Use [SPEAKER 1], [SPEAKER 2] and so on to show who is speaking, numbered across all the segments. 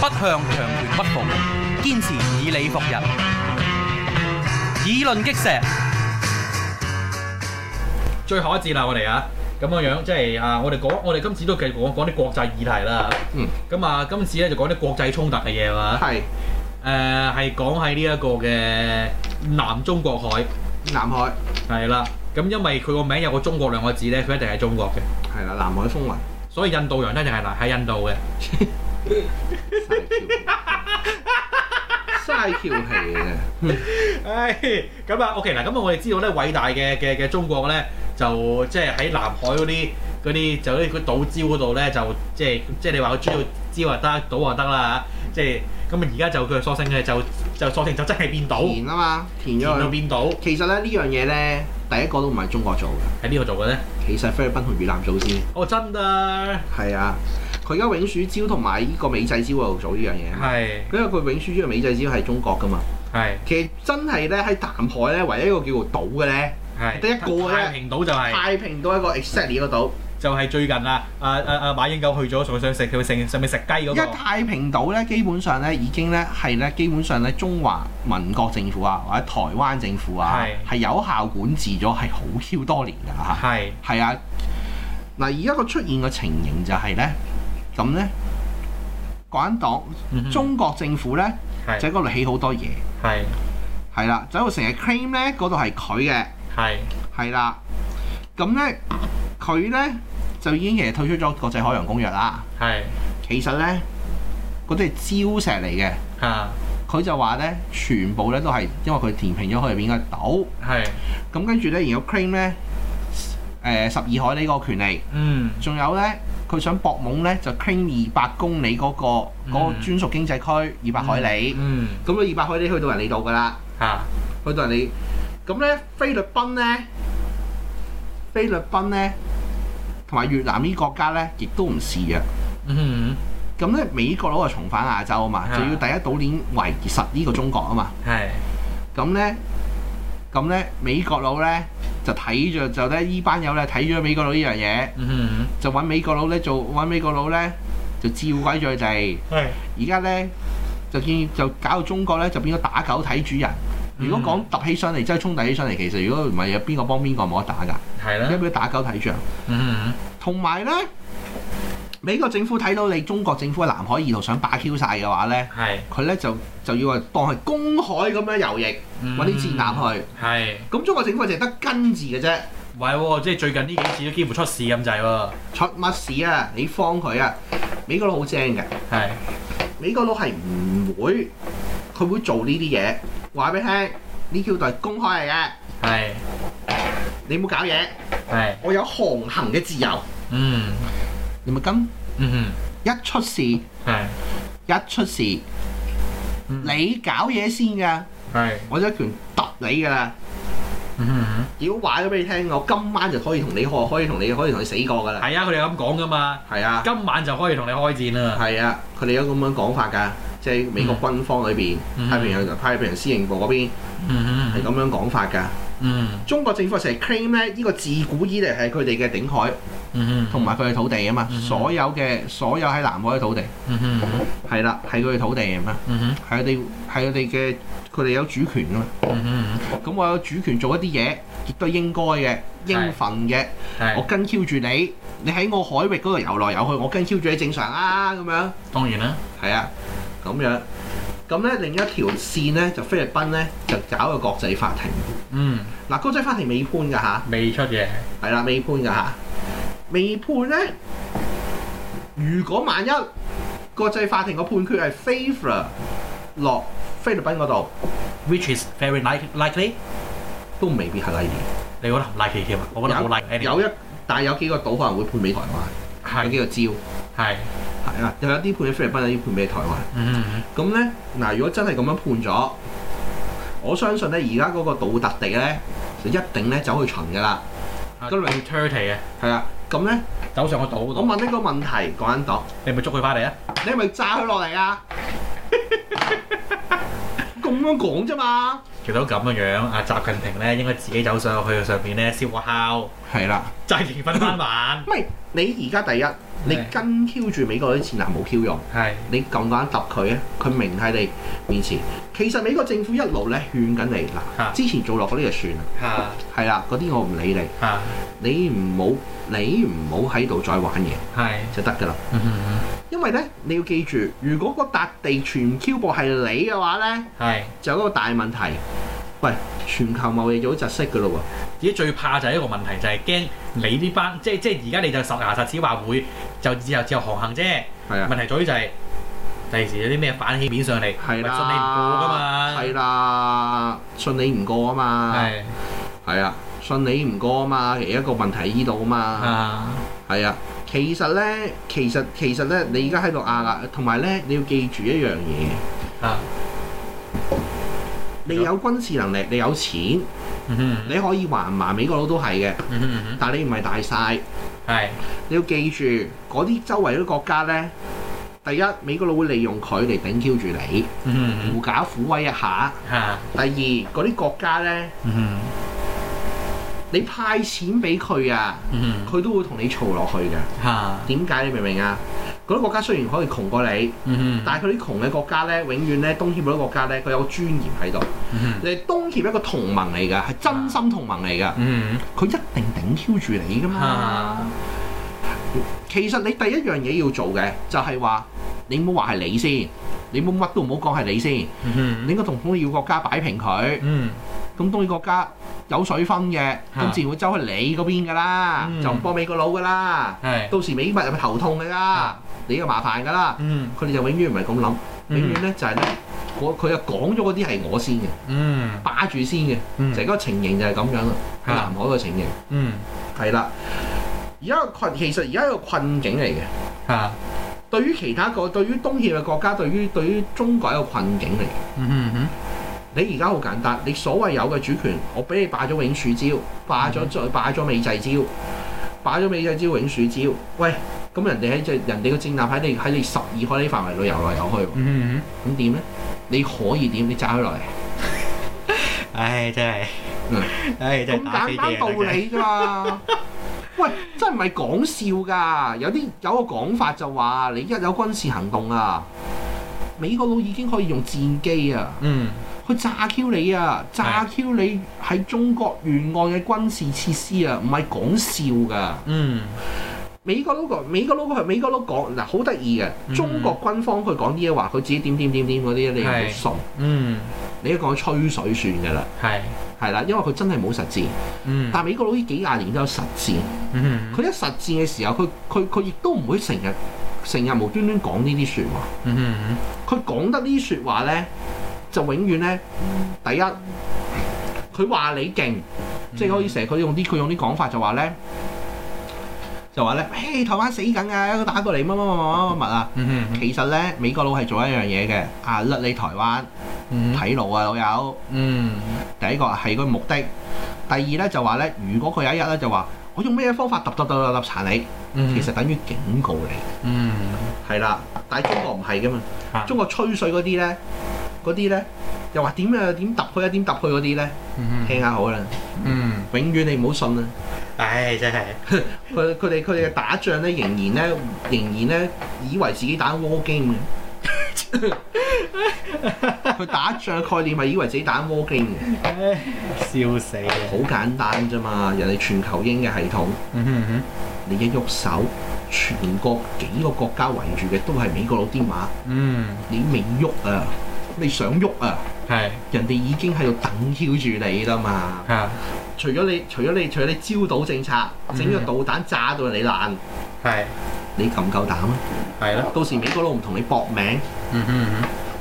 [SPEAKER 1] 向強權屈服，堅持以理服人，以論擊石。
[SPEAKER 2] 最後一節啦，我哋啊，咁樣樣即係啊，我哋講，我哋今次都繼續講講啲國際議題啦。
[SPEAKER 3] 嗯。
[SPEAKER 2] 咁啊，今次咧就講啲國際衝突嘅嘢嘛。
[SPEAKER 3] 係
[SPEAKER 2] 誒、係講喺呢一個嘅南中國海，
[SPEAKER 3] 南海
[SPEAKER 2] 係啦。咁因為佢個名有個中國兩個字咧，佢一定係中國嘅，
[SPEAKER 3] 係啦，南海風雲。
[SPEAKER 2] 所以印度洋一定係嗱喺印度嘅。
[SPEAKER 3] 嘥橋啊氣嘅
[SPEAKER 2] 唉，咁啊，OK 嗱，咁啊，我哋知道咧，偉大嘅嘅嘅中國咧，就即係喺南海嗰啲嗰啲就呢個島礁嗰度咧，就即係即係你話佢主要礁又得，島又得啦即係咁啊，而家就佢索性嘅就就索性就真係變島，
[SPEAKER 3] 填啊嘛，填
[SPEAKER 2] 變
[SPEAKER 3] 咗
[SPEAKER 2] 到
[SPEAKER 3] 佢。
[SPEAKER 2] 變島，
[SPEAKER 3] 其實咧呢樣嘢咧，第一個都唔係中國做嘅，
[SPEAKER 2] 喺邊度做嘅咧？
[SPEAKER 3] 其實菲律賓同越南做先。
[SPEAKER 2] 哦，真啊，
[SPEAKER 3] 係啊，佢而家永暑礁同埋呢個美濟礁嗰度做呢樣嘢，
[SPEAKER 2] 係
[SPEAKER 3] 因為佢永暑礁同美濟礁係中國噶嘛。
[SPEAKER 2] 係
[SPEAKER 3] 其實真係咧喺南海咧，唯一一個叫做島嘅咧，
[SPEAKER 2] 係
[SPEAKER 3] 得一個啫
[SPEAKER 2] 太平島就係、
[SPEAKER 3] 太平島一個 exactly 個島。
[SPEAKER 2] 就係最近啊，啊啊啊馬英九去咗，仲想食佢食上面食雞嗰、個
[SPEAKER 3] 而家，太平島咧，基本上咧已經咧係咧，基本上咧中華民國政府啊，或者台灣政府啊，係有效管治咗係好 Q 多年㗎嚇。
[SPEAKER 2] 係
[SPEAKER 3] 係啊，嗱而家個出現嘅情形就係咧，咁咧，共產黨
[SPEAKER 2] 嗯哼
[SPEAKER 3] 中國政府咧
[SPEAKER 2] 係
[SPEAKER 3] 就喺嗰度起好多嘢，
[SPEAKER 2] 係
[SPEAKER 3] 係啦，就喺度成日 claim 咧嗰度係佢嘅，
[SPEAKER 2] 係
[SPEAKER 3] 係啦，咁咧佢咧就已經其實退出咗國際海洋公約啦。
[SPEAKER 2] 係
[SPEAKER 3] 其實咧嗰啲係礁石嚟嘅，
[SPEAKER 2] 嚇
[SPEAKER 3] 佢就話咧全部咧都係因為佢填平咗佢入邊嘅島，
[SPEAKER 2] 係
[SPEAKER 3] 咁跟住咧然後 claim 咧誒十二海里個權利。
[SPEAKER 2] 嗯。
[SPEAKER 3] 仲有咧，佢想博懵咧，就 claim 二百公里嗰、個嗰、個
[SPEAKER 2] 嗯
[SPEAKER 3] 專屬經濟區二百海里，
[SPEAKER 2] 嗯，
[SPEAKER 3] 咁佢二百海里去到人哋度噶啦，
[SPEAKER 2] 嚇
[SPEAKER 3] 去到人哋，咁咧菲律賓咧，菲律賓咧同埋越南呢國家咧，亦都唔示弱。
[SPEAKER 2] 嗯，
[SPEAKER 3] 咁咧美國佬就重返亞洲啊嘛，
[SPEAKER 2] 啊
[SPEAKER 3] 就要第一島鏈圍實呢個中國啊嘛，
[SPEAKER 2] 係
[SPEAKER 3] 咁咧咁咧美國佬咧就睇住就咧呢班友咧睇咗美國佬呢樣嘢。
[SPEAKER 2] 嗯，
[SPEAKER 3] 就揾美國佬咧做揾美國佬咧就照鬼咗佢哋。
[SPEAKER 2] 係
[SPEAKER 3] 而家咧就見就搞到中國咧就變咗打狗睇主人。
[SPEAKER 2] 嗯
[SPEAKER 3] 如果講揼起上嚟，真係衝突起上嚟，其實如果唔係有邊個幫邊個冇得打㗎，
[SPEAKER 2] 係
[SPEAKER 3] 而家
[SPEAKER 2] 啦，
[SPEAKER 3] 俾佢打狗睇主人。
[SPEAKER 2] 嗯
[SPEAKER 3] 同埋咧，美國政府睇到你中國政府喺南海二度想把 Q 晒嘅話咧，
[SPEAKER 2] 係
[SPEAKER 3] 佢咧就就要話當係公海咁樣遊弋，
[SPEAKER 2] 嗯
[SPEAKER 3] 揾啲戰艦去。
[SPEAKER 2] 係，
[SPEAKER 3] 咁中國政府就係得跟字嘅啫。
[SPEAKER 2] 唔係喎，即係最近呢幾次都幾乎出事咁滯喎，
[SPEAKER 3] 出乜事啊？你放佢啊！美國佬好精㗎。
[SPEAKER 2] 係
[SPEAKER 3] 美國佬係唔會，佢會做呢啲嘢，話俾你聽，呢條就係公開嚟嘅，
[SPEAKER 2] 係
[SPEAKER 3] 你唔好搞嘢，
[SPEAKER 2] 係，
[SPEAKER 3] 我有航行嘅自由。
[SPEAKER 2] 嗯
[SPEAKER 3] 你咪咁
[SPEAKER 2] 嗯
[SPEAKER 3] 一出事一
[SPEAKER 2] 哼，係
[SPEAKER 3] 出事，
[SPEAKER 2] 嗯
[SPEAKER 3] 你搞嘢先㗎，
[SPEAKER 2] 係，
[SPEAKER 3] 我一拳揼你㗎啦。
[SPEAKER 2] 嗯
[SPEAKER 3] 屌話咗俾你聽，我今晚就可以同你可可以同你可以同你死過㗎
[SPEAKER 2] 哼，
[SPEAKER 3] 啦。
[SPEAKER 2] 係啊，佢哋咁講噶嘛，
[SPEAKER 3] 係啊，
[SPEAKER 2] 今晚就可以同你開戰啦，
[SPEAKER 3] 係啊，佢哋有咁樣講法㗎，即係美國軍方裏邊
[SPEAKER 2] 嗯
[SPEAKER 3] 太平洋太平洋司令部嗰邊
[SPEAKER 2] 嗯
[SPEAKER 3] 係咁樣講法㗎。
[SPEAKER 2] 嗯
[SPEAKER 3] 中國政府成日 claim 咧，呢個自古以嚟係佢哋嘅頂海
[SPEAKER 2] 嗯
[SPEAKER 3] 同埋佢嘅土地啊嘛，
[SPEAKER 2] 嗯
[SPEAKER 3] 所有嘅所有喺南海嘅土地
[SPEAKER 2] 嗯哼
[SPEAKER 3] 係啦，係佢嘅土地啊嘛，
[SPEAKER 2] 嗯
[SPEAKER 3] 係佢哋係佢哋嘅佢哋有主權啊嘛，
[SPEAKER 2] 嗯
[SPEAKER 3] 咁我有主權做一啲嘢，亦都應該嘅、應份嘅，
[SPEAKER 2] 係，
[SPEAKER 3] 我跟 Q 住你，你喺我海域嗰度游來游去，我跟 Q 住你正常啊咁樣，
[SPEAKER 2] 當然啦，
[SPEAKER 3] 係啊，咁樣，咁咧另一條線咧就菲律賓咧就搞個國際法庭，
[SPEAKER 2] 嗯，
[SPEAKER 3] 嗱國際法庭未判㗎吓。
[SPEAKER 2] 未出嘅，
[SPEAKER 3] 係啦，未判㗎嚇，未判咧。如果萬一國際法庭個判決係 favour 落菲律賓嗰度，
[SPEAKER 2] which is very likely，
[SPEAKER 3] 都未必係 likely。
[SPEAKER 2] 你覺得唔 likely 添啊？我覺得好 likely，
[SPEAKER 3] 有一，但係有幾個島可能會判俾台灣，
[SPEAKER 2] 係
[SPEAKER 3] 有幾個礁
[SPEAKER 2] 係，
[SPEAKER 3] 係啦，又有啲判俾菲律賓，有啲判俾台灣。
[SPEAKER 2] 嗯
[SPEAKER 3] 咁咧嗱，如果真係咁樣判咗，我相信咧而家嗰個杜特地咧就一定咧走去巡㗎啦。
[SPEAKER 2] 咁咪 turkey 啊？
[SPEAKER 3] 係啦，咁咧
[SPEAKER 2] 走上個島嗰
[SPEAKER 3] 我
[SPEAKER 2] 度，
[SPEAKER 3] 問呢個問題，港人黨。
[SPEAKER 2] 你咪捉佢翻嚟啊！
[SPEAKER 3] 你係咪炸佢落嚟啊？ 咁樣講啫嘛。
[SPEAKER 2] 其實都咁樣樣，阿習近平咧應該自己走上去上邊咧燒個烤，
[SPEAKER 3] 係啦，
[SPEAKER 2] 就係結婚翻晚。
[SPEAKER 3] 唔係你而家第一，你跟 Q 住美國啲錢嗱冇 Q 用，
[SPEAKER 2] 係
[SPEAKER 3] 你咁簡揼佢啊，佢明喺你面前。其實美國政府一路咧勸緊你
[SPEAKER 2] 嚇
[SPEAKER 3] 嗱，之前做落嗰啲就算啦，
[SPEAKER 2] 嚇
[SPEAKER 3] 係啦，嗰啲我唔理你，
[SPEAKER 2] 嚇
[SPEAKER 3] 你唔好你唔好喺度再玩嘢
[SPEAKER 2] 係
[SPEAKER 3] 就得㗎啦。
[SPEAKER 2] 嗯哼
[SPEAKER 3] 因為咧你要記住，如果嗰笪地全 Q 部係你嘅話咧，
[SPEAKER 2] 係。
[SPEAKER 3] 就有一個大問題。喂，全球貿易就好窒息㗎咯喎。
[SPEAKER 2] 自己最怕就係一個問題，就係驚你呢班即即而家你就實牙實齒話會就自由自由航行啫。
[SPEAKER 3] 係啊
[SPEAKER 2] 問題在於就係第時有啲咩反起面上嚟，
[SPEAKER 3] 係
[SPEAKER 2] 咪信你唔過噶
[SPEAKER 3] 啦，
[SPEAKER 2] 嘛。
[SPEAKER 3] 係啦，信你唔過啊嘛，
[SPEAKER 2] 係
[SPEAKER 3] 係啊，信你唔過啊嘛，其實一個問題依度啊嘛，
[SPEAKER 2] 啊
[SPEAKER 3] 係啊，其實咧，其實其實咧，你而家喺度嗌啦，同埋咧，你要記住一樣嘢，
[SPEAKER 2] 啊
[SPEAKER 3] 你有軍事能力，你有錢，你
[SPEAKER 2] 嗯哼
[SPEAKER 3] 可以還唔還美國佬都係嘅，
[SPEAKER 2] 嗯哼嗯
[SPEAKER 3] 但係你唔係大晒，
[SPEAKER 2] 哼係嗯
[SPEAKER 3] 你要記住嗰啲周圍嗰啲國家咧，第一美國佬會利用佢嚟頂 Q 住你，
[SPEAKER 2] 嗯哼
[SPEAKER 3] 狐假虎威一下；
[SPEAKER 2] 嚇
[SPEAKER 3] 第二嗰啲國家咧。
[SPEAKER 2] 嗯哼
[SPEAKER 3] 你派錢俾佢啊，
[SPEAKER 2] 嗯
[SPEAKER 3] 佢都會同你嘈落去嘅。
[SPEAKER 2] 哼嚇
[SPEAKER 3] 點解你明唔明啊？嗰啲國家雖然可以窮過你，
[SPEAKER 2] 嗯哼
[SPEAKER 3] 但係佢啲窮嘅國家咧，永遠咧東協嗰啲國家咧，佢有個尊嚴喺度。
[SPEAKER 2] 嗯哼
[SPEAKER 3] 你係東協一個同盟嚟㗎，係真心同盟嚟㗎，
[SPEAKER 2] 嗯
[SPEAKER 3] 佢一定頂 Q 住你㗎嘛
[SPEAKER 2] 啊。
[SPEAKER 3] 其實你第一樣嘢要做嘅就係話，你唔好話係你先，你唔好乜都唔好講係你先，你
[SPEAKER 2] 嗯哼
[SPEAKER 3] 應該同東協國家擺平佢。
[SPEAKER 2] 嗯
[SPEAKER 3] 咁東協國家有水分嘅，咁
[SPEAKER 2] 啊
[SPEAKER 3] 自然會走去你嗰邊噶啦，
[SPEAKER 2] 嗯
[SPEAKER 3] 就唔幫美國佬噶啦。
[SPEAKER 2] 係
[SPEAKER 3] 到時美國咪頭痛噶啦
[SPEAKER 2] 啊，
[SPEAKER 3] 你就麻煩噶啦。
[SPEAKER 2] 嗯
[SPEAKER 3] 佢哋就永遠唔係咁諗，
[SPEAKER 2] 嗯
[SPEAKER 3] 永遠咧就係咧，我佢又講咗嗰啲係我先嘅，
[SPEAKER 2] 嗯
[SPEAKER 3] 霸住先嘅，
[SPEAKER 2] 嗯
[SPEAKER 3] 就係嗰個情形就係咁樣啦。喺
[SPEAKER 2] 啊
[SPEAKER 3] 南海個情形
[SPEAKER 2] 嗯
[SPEAKER 3] 係啦，而家個困其實而家一個困境嚟嘅。
[SPEAKER 2] 嚇
[SPEAKER 3] 對於其他個對於東協嘅國家，對於對於中國係一個困境嚟嘅。
[SPEAKER 2] 嗯哼嗯
[SPEAKER 3] 你而家好簡單，你所謂有嘅主權，我俾你霸咗永暑礁，霸咗再霸咗美濟礁，霸咗美濟礁永暑礁。喂，咁人哋喺只人哋嘅政立喺你喺你十二海里範圍內游來游去喎，
[SPEAKER 2] 嗯哼
[SPEAKER 3] 咁點呢？你可以點？你炸佢落嚟，
[SPEAKER 2] 唉真係
[SPEAKER 3] 嗯
[SPEAKER 2] 唉
[SPEAKER 3] 咁簡單道理啫嘛。 喂，真係唔係講笑㗎？有啲有個講法就話，你一有軍事行動啊，美國佬已經可以用戰機啊。
[SPEAKER 2] 嗯
[SPEAKER 3] 佢炸 Q 你啊！炸 Q 你喺中國沿岸嘅軍事設施啊，唔係講笑噶。
[SPEAKER 2] 嗯
[SPEAKER 3] 美國佬講，美國佬係美國佬講嗱，好得意嘅。
[SPEAKER 2] 嗯
[SPEAKER 3] 中國軍方佢講啲嘢話，佢自己點點點點嗰啲，你唔好
[SPEAKER 2] 係
[SPEAKER 3] 信。
[SPEAKER 2] 嗯
[SPEAKER 3] 你一講吹水算㗎啦，
[SPEAKER 2] 係
[SPEAKER 3] 係啦，因為佢真係冇實戰。
[SPEAKER 2] 嗯
[SPEAKER 3] 但美國佬呢幾廿年都有實戰，
[SPEAKER 2] 嗯
[SPEAKER 3] 佢一實戰嘅時候，佢佢佢亦都唔會成日成日無端端講呢啲説話。
[SPEAKER 2] 嗯
[SPEAKER 3] 佢講得呢啲説話咧，就永遠咧，第一，佢話你勁，
[SPEAKER 2] 嗯
[SPEAKER 3] 即係可以成日佢用啲佢用啲講法就話咧，就話咧，嘿，台灣死緊啊，一個打過嚟乜乜乜乜乜乜啊！
[SPEAKER 2] 嗯
[SPEAKER 3] 其實咧，美國佬係做一樣嘢嘅，啊，甩你台灣
[SPEAKER 2] 嗯
[SPEAKER 3] 睇路啊，老友。
[SPEAKER 2] 嗯
[SPEAKER 3] 第一個係個目的，第二咧就話咧，如果佢有一日咧就話，我用咩方法揼揼揼揼揼殘你，
[SPEAKER 2] 嗯
[SPEAKER 3] 其實等於警告你。
[SPEAKER 2] 嗯
[SPEAKER 3] 係啦，但係中國唔係噶嘛。
[SPEAKER 2] 嚇
[SPEAKER 3] 中國吹水嗰啲咧，嗰啲咧又話點啊點揼佢啊點揼佢嗰啲咧，聽下好啦，
[SPEAKER 2] 嗯
[SPEAKER 3] 永遠你唔好信啊！
[SPEAKER 2] 唉真係
[SPEAKER 3] 佢佢哋佢哋嘅打仗咧，仍然咧仍然咧以為自己打 war game 嘅， 佢打仗嘅概念係以為自己打 war game 嘅，
[SPEAKER 2] 笑死
[SPEAKER 3] 好簡單啫嘛！人哋全球英嘅系統，
[SPEAKER 2] 嗯
[SPEAKER 3] 你一喐手，全國幾個國家圍住嘅都係美國佬啲馬，
[SPEAKER 2] 嗯
[SPEAKER 3] 你未喐啊，你想喐啊！
[SPEAKER 2] 係
[SPEAKER 3] 人哋已經喺度等 Q 住你啦嘛！
[SPEAKER 2] 嚇
[SPEAKER 3] 除咗你，除咗你，除咗你招到政策，整個導彈炸到你爛，
[SPEAKER 2] 係
[SPEAKER 3] 你夠唔夠膽啊？
[SPEAKER 2] 係咯
[SPEAKER 3] 到時美國佬唔同你搏命，
[SPEAKER 2] 嗯嗯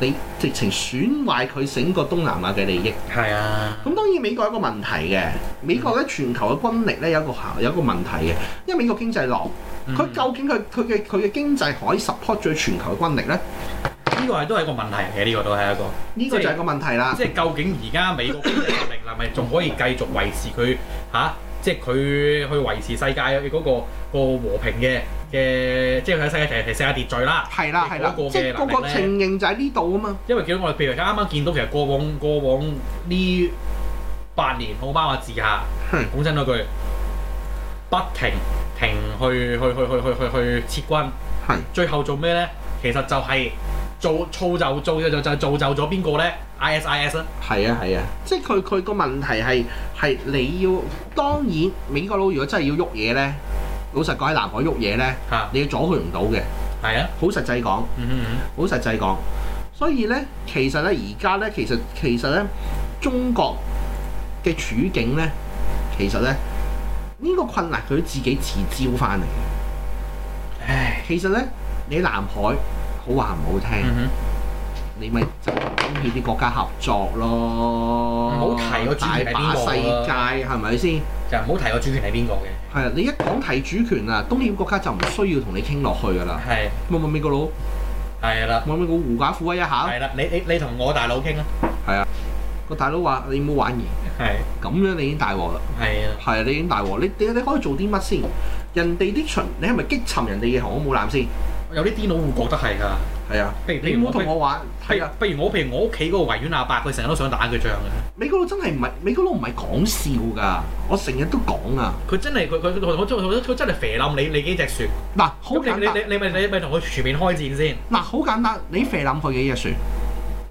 [SPEAKER 3] 你直情損壞佢整個東南亞嘅利益。
[SPEAKER 2] 係啊
[SPEAKER 3] 咁當然美國有一個問題嘅，美國咧全球嘅軍力咧有一個有一個問題嘅，因為美國經濟落，
[SPEAKER 2] 嗯
[SPEAKER 3] 佢究竟佢佢嘅佢嘅經濟可以 support 住全球嘅軍力咧？
[SPEAKER 2] 呢個係都係一個問題嚟嘅，呢個都係一個
[SPEAKER 3] 呢個就係個問題啦。
[SPEAKER 2] 即係究竟而家美國經濟實力係咪仲可以繼續維持佢嚇？即係佢去維持世界嗰個個和平嘅嘅，即係佢喺世界提提世界秩序啦。
[SPEAKER 3] 係啦係啦
[SPEAKER 2] 嗰個，嘅
[SPEAKER 3] 即係嗰個
[SPEAKER 2] 能力呢
[SPEAKER 3] 情形就喺呢度啊嘛。
[SPEAKER 2] 因為見到我哋譬如啱啱見到，其實過往過往呢八年奧巴馬治下
[SPEAKER 3] 係，
[SPEAKER 2] 講真嗰句，不停停去去去去去去去撤軍，
[SPEAKER 3] 係
[SPEAKER 2] 最後做咩咧？其實就係做造就造就就就造就咗邊個咧？ISIS 啊，
[SPEAKER 3] 係啊係啊，即係佢佢個問題係係你要當然美國佬如果真係要喐嘢咧，老實講喺南海喐嘢咧，
[SPEAKER 2] 嚇
[SPEAKER 3] 你要阻佢唔到嘅，
[SPEAKER 2] 係啊，
[SPEAKER 3] 好實際講。
[SPEAKER 2] 嗯哼嗯
[SPEAKER 3] 好實際講。所以咧，其實咧，而家咧，其實其實咧，中國嘅處境咧，其實咧，呢、個困難佢自己自招翻嚟
[SPEAKER 2] 哼，
[SPEAKER 3] 嘅。
[SPEAKER 2] 唉，
[SPEAKER 3] 其實咧，你南海好話唔好聽，
[SPEAKER 2] 嗯哼。
[SPEAKER 3] 你咪就同東協啲國家合作咯。
[SPEAKER 2] 唔好提個主
[SPEAKER 3] 大
[SPEAKER 2] 權係邊
[SPEAKER 3] 把
[SPEAKER 2] 個啊
[SPEAKER 3] 世
[SPEAKER 2] 啦
[SPEAKER 3] 界係咪先？
[SPEAKER 2] 就唔好提個主權係邊個嘅，
[SPEAKER 3] 係啊，你一講提主權啊，東協國家就唔需要同你傾落去㗎啦。
[SPEAKER 2] 係
[SPEAKER 3] 冇冇美國佬，
[SPEAKER 2] 係啦，
[SPEAKER 3] 冇美國狐假虎威一下，
[SPEAKER 2] 係啦，你你你同我大佬傾啦，
[SPEAKER 3] 個大佬話你冇玩嘢，
[SPEAKER 2] 係
[SPEAKER 3] 咁樣你已經大鑊啦。
[SPEAKER 2] 係啊，
[SPEAKER 3] 係你已經大鑊，你你你可以做啲乜先？人哋啲巡，你係咪擊沉人哋嘅航空母艦先？
[SPEAKER 2] 有啲癲佬會覺得係㗎，
[SPEAKER 3] 係啊，
[SPEAKER 2] 譬如譬
[SPEAKER 3] 你
[SPEAKER 2] 如
[SPEAKER 3] 唔好
[SPEAKER 2] 我
[SPEAKER 3] 同我玩。
[SPEAKER 2] 譬
[SPEAKER 3] 係
[SPEAKER 2] 如
[SPEAKER 3] 啊，
[SPEAKER 2] 譬如我譬如我屋企嗰個維園阿伯，佢成日都想打佢仗啊嘅，
[SPEAKER 3] 美國佬真係唔係美國佬唔係講笑㗎，我成日都講啊。
[SPEAKER 2] 佢真係佢佢佢佢佢佢真係肥冧你你幾隻船，
[SPEAKER 3] 嗱，好
[SPEAKER 2] 咁
[SPEAKER 3] 簡
[SPEAKER 2] 你
[SPEAKER 3] 單，
[SPEAKER 2] 你你你咪你咪同佢全面開戰先，
[SPEAKER 3] 嗱，好簡單，你肥冧佢嘅嘢船，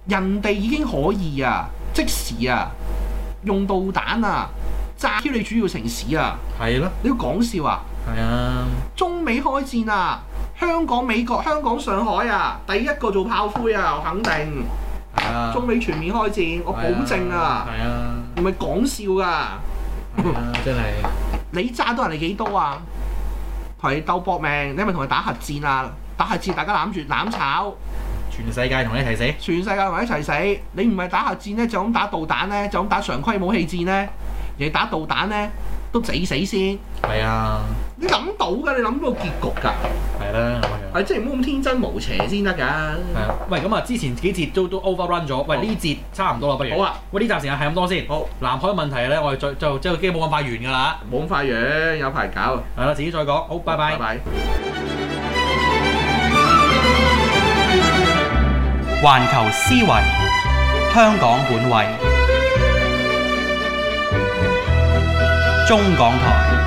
[SPEAKER 3] 人哋已經可以啊，即時啊，用導彈啊，炸 Q 你主要城市啊，
[SPEAKER 2] 係咯，
[SPEAKER 3] 你要講笑啊？
[SPEAKER 2] 係啊，
[SPEAKER 3] 中美開戰啊，香港美國香港上海啊，第一個做炮灰啊，我肯定。
[SPEAKER 2] 係啊，
[SPEAKER 3] 中美全面開戰，我保證啊，
[SPEAKER 2] 係啊，
[SPEAKER 3] 唔係講笑噶。
[SPEAKER 2] 係啊真係
[SPEAKER 3] 你揸到人哋幾多啊？同你鬥搏命，你係咪同佢打核戰啊？打核戰大家攬住攬炒，
[SPEAKER 2] 全世界同你一齊死，
[SPEAKER 3] 全世界埋一齊死。你唔係打核戰呢，就咁打導彈呢，就咁打常規武器戰呢，你打導彈呢，都死死先。
[SPEAKER 2] 係啊，
[SPEAKER 3] 你諗到㗎，你諗到個結局㗎，
[SPEAKER 2] 係啦咁樣。
[SPEAKER 3] 係即係唔好咁天真無邪先得㗎。
[SPEAKER 2] 係啊，喂，咁啊，之前幾節都都 overrun 咗，喂，
[SPEAKER 3] 好
[SPEAKER 2] 呢節差唔多啦，不如
[SPEAKER 3] 好啊，
[SPEAKER 2] 喂，呢集時間係咁多先。
[SPEAKER 3] 好，
[SPEAKER 2] 南海問題咧，我哋再就即係基本冇咁快完㗎啦，
[SPEAKER 3] 冇咁快樣，有排搞啊。
[SPEAKER 2] 係啦，自己再講，好，拜拜
[SPEAKER 3] 拜。拜。
[SPEAKER 1] 環球思維，香港本位，中港台。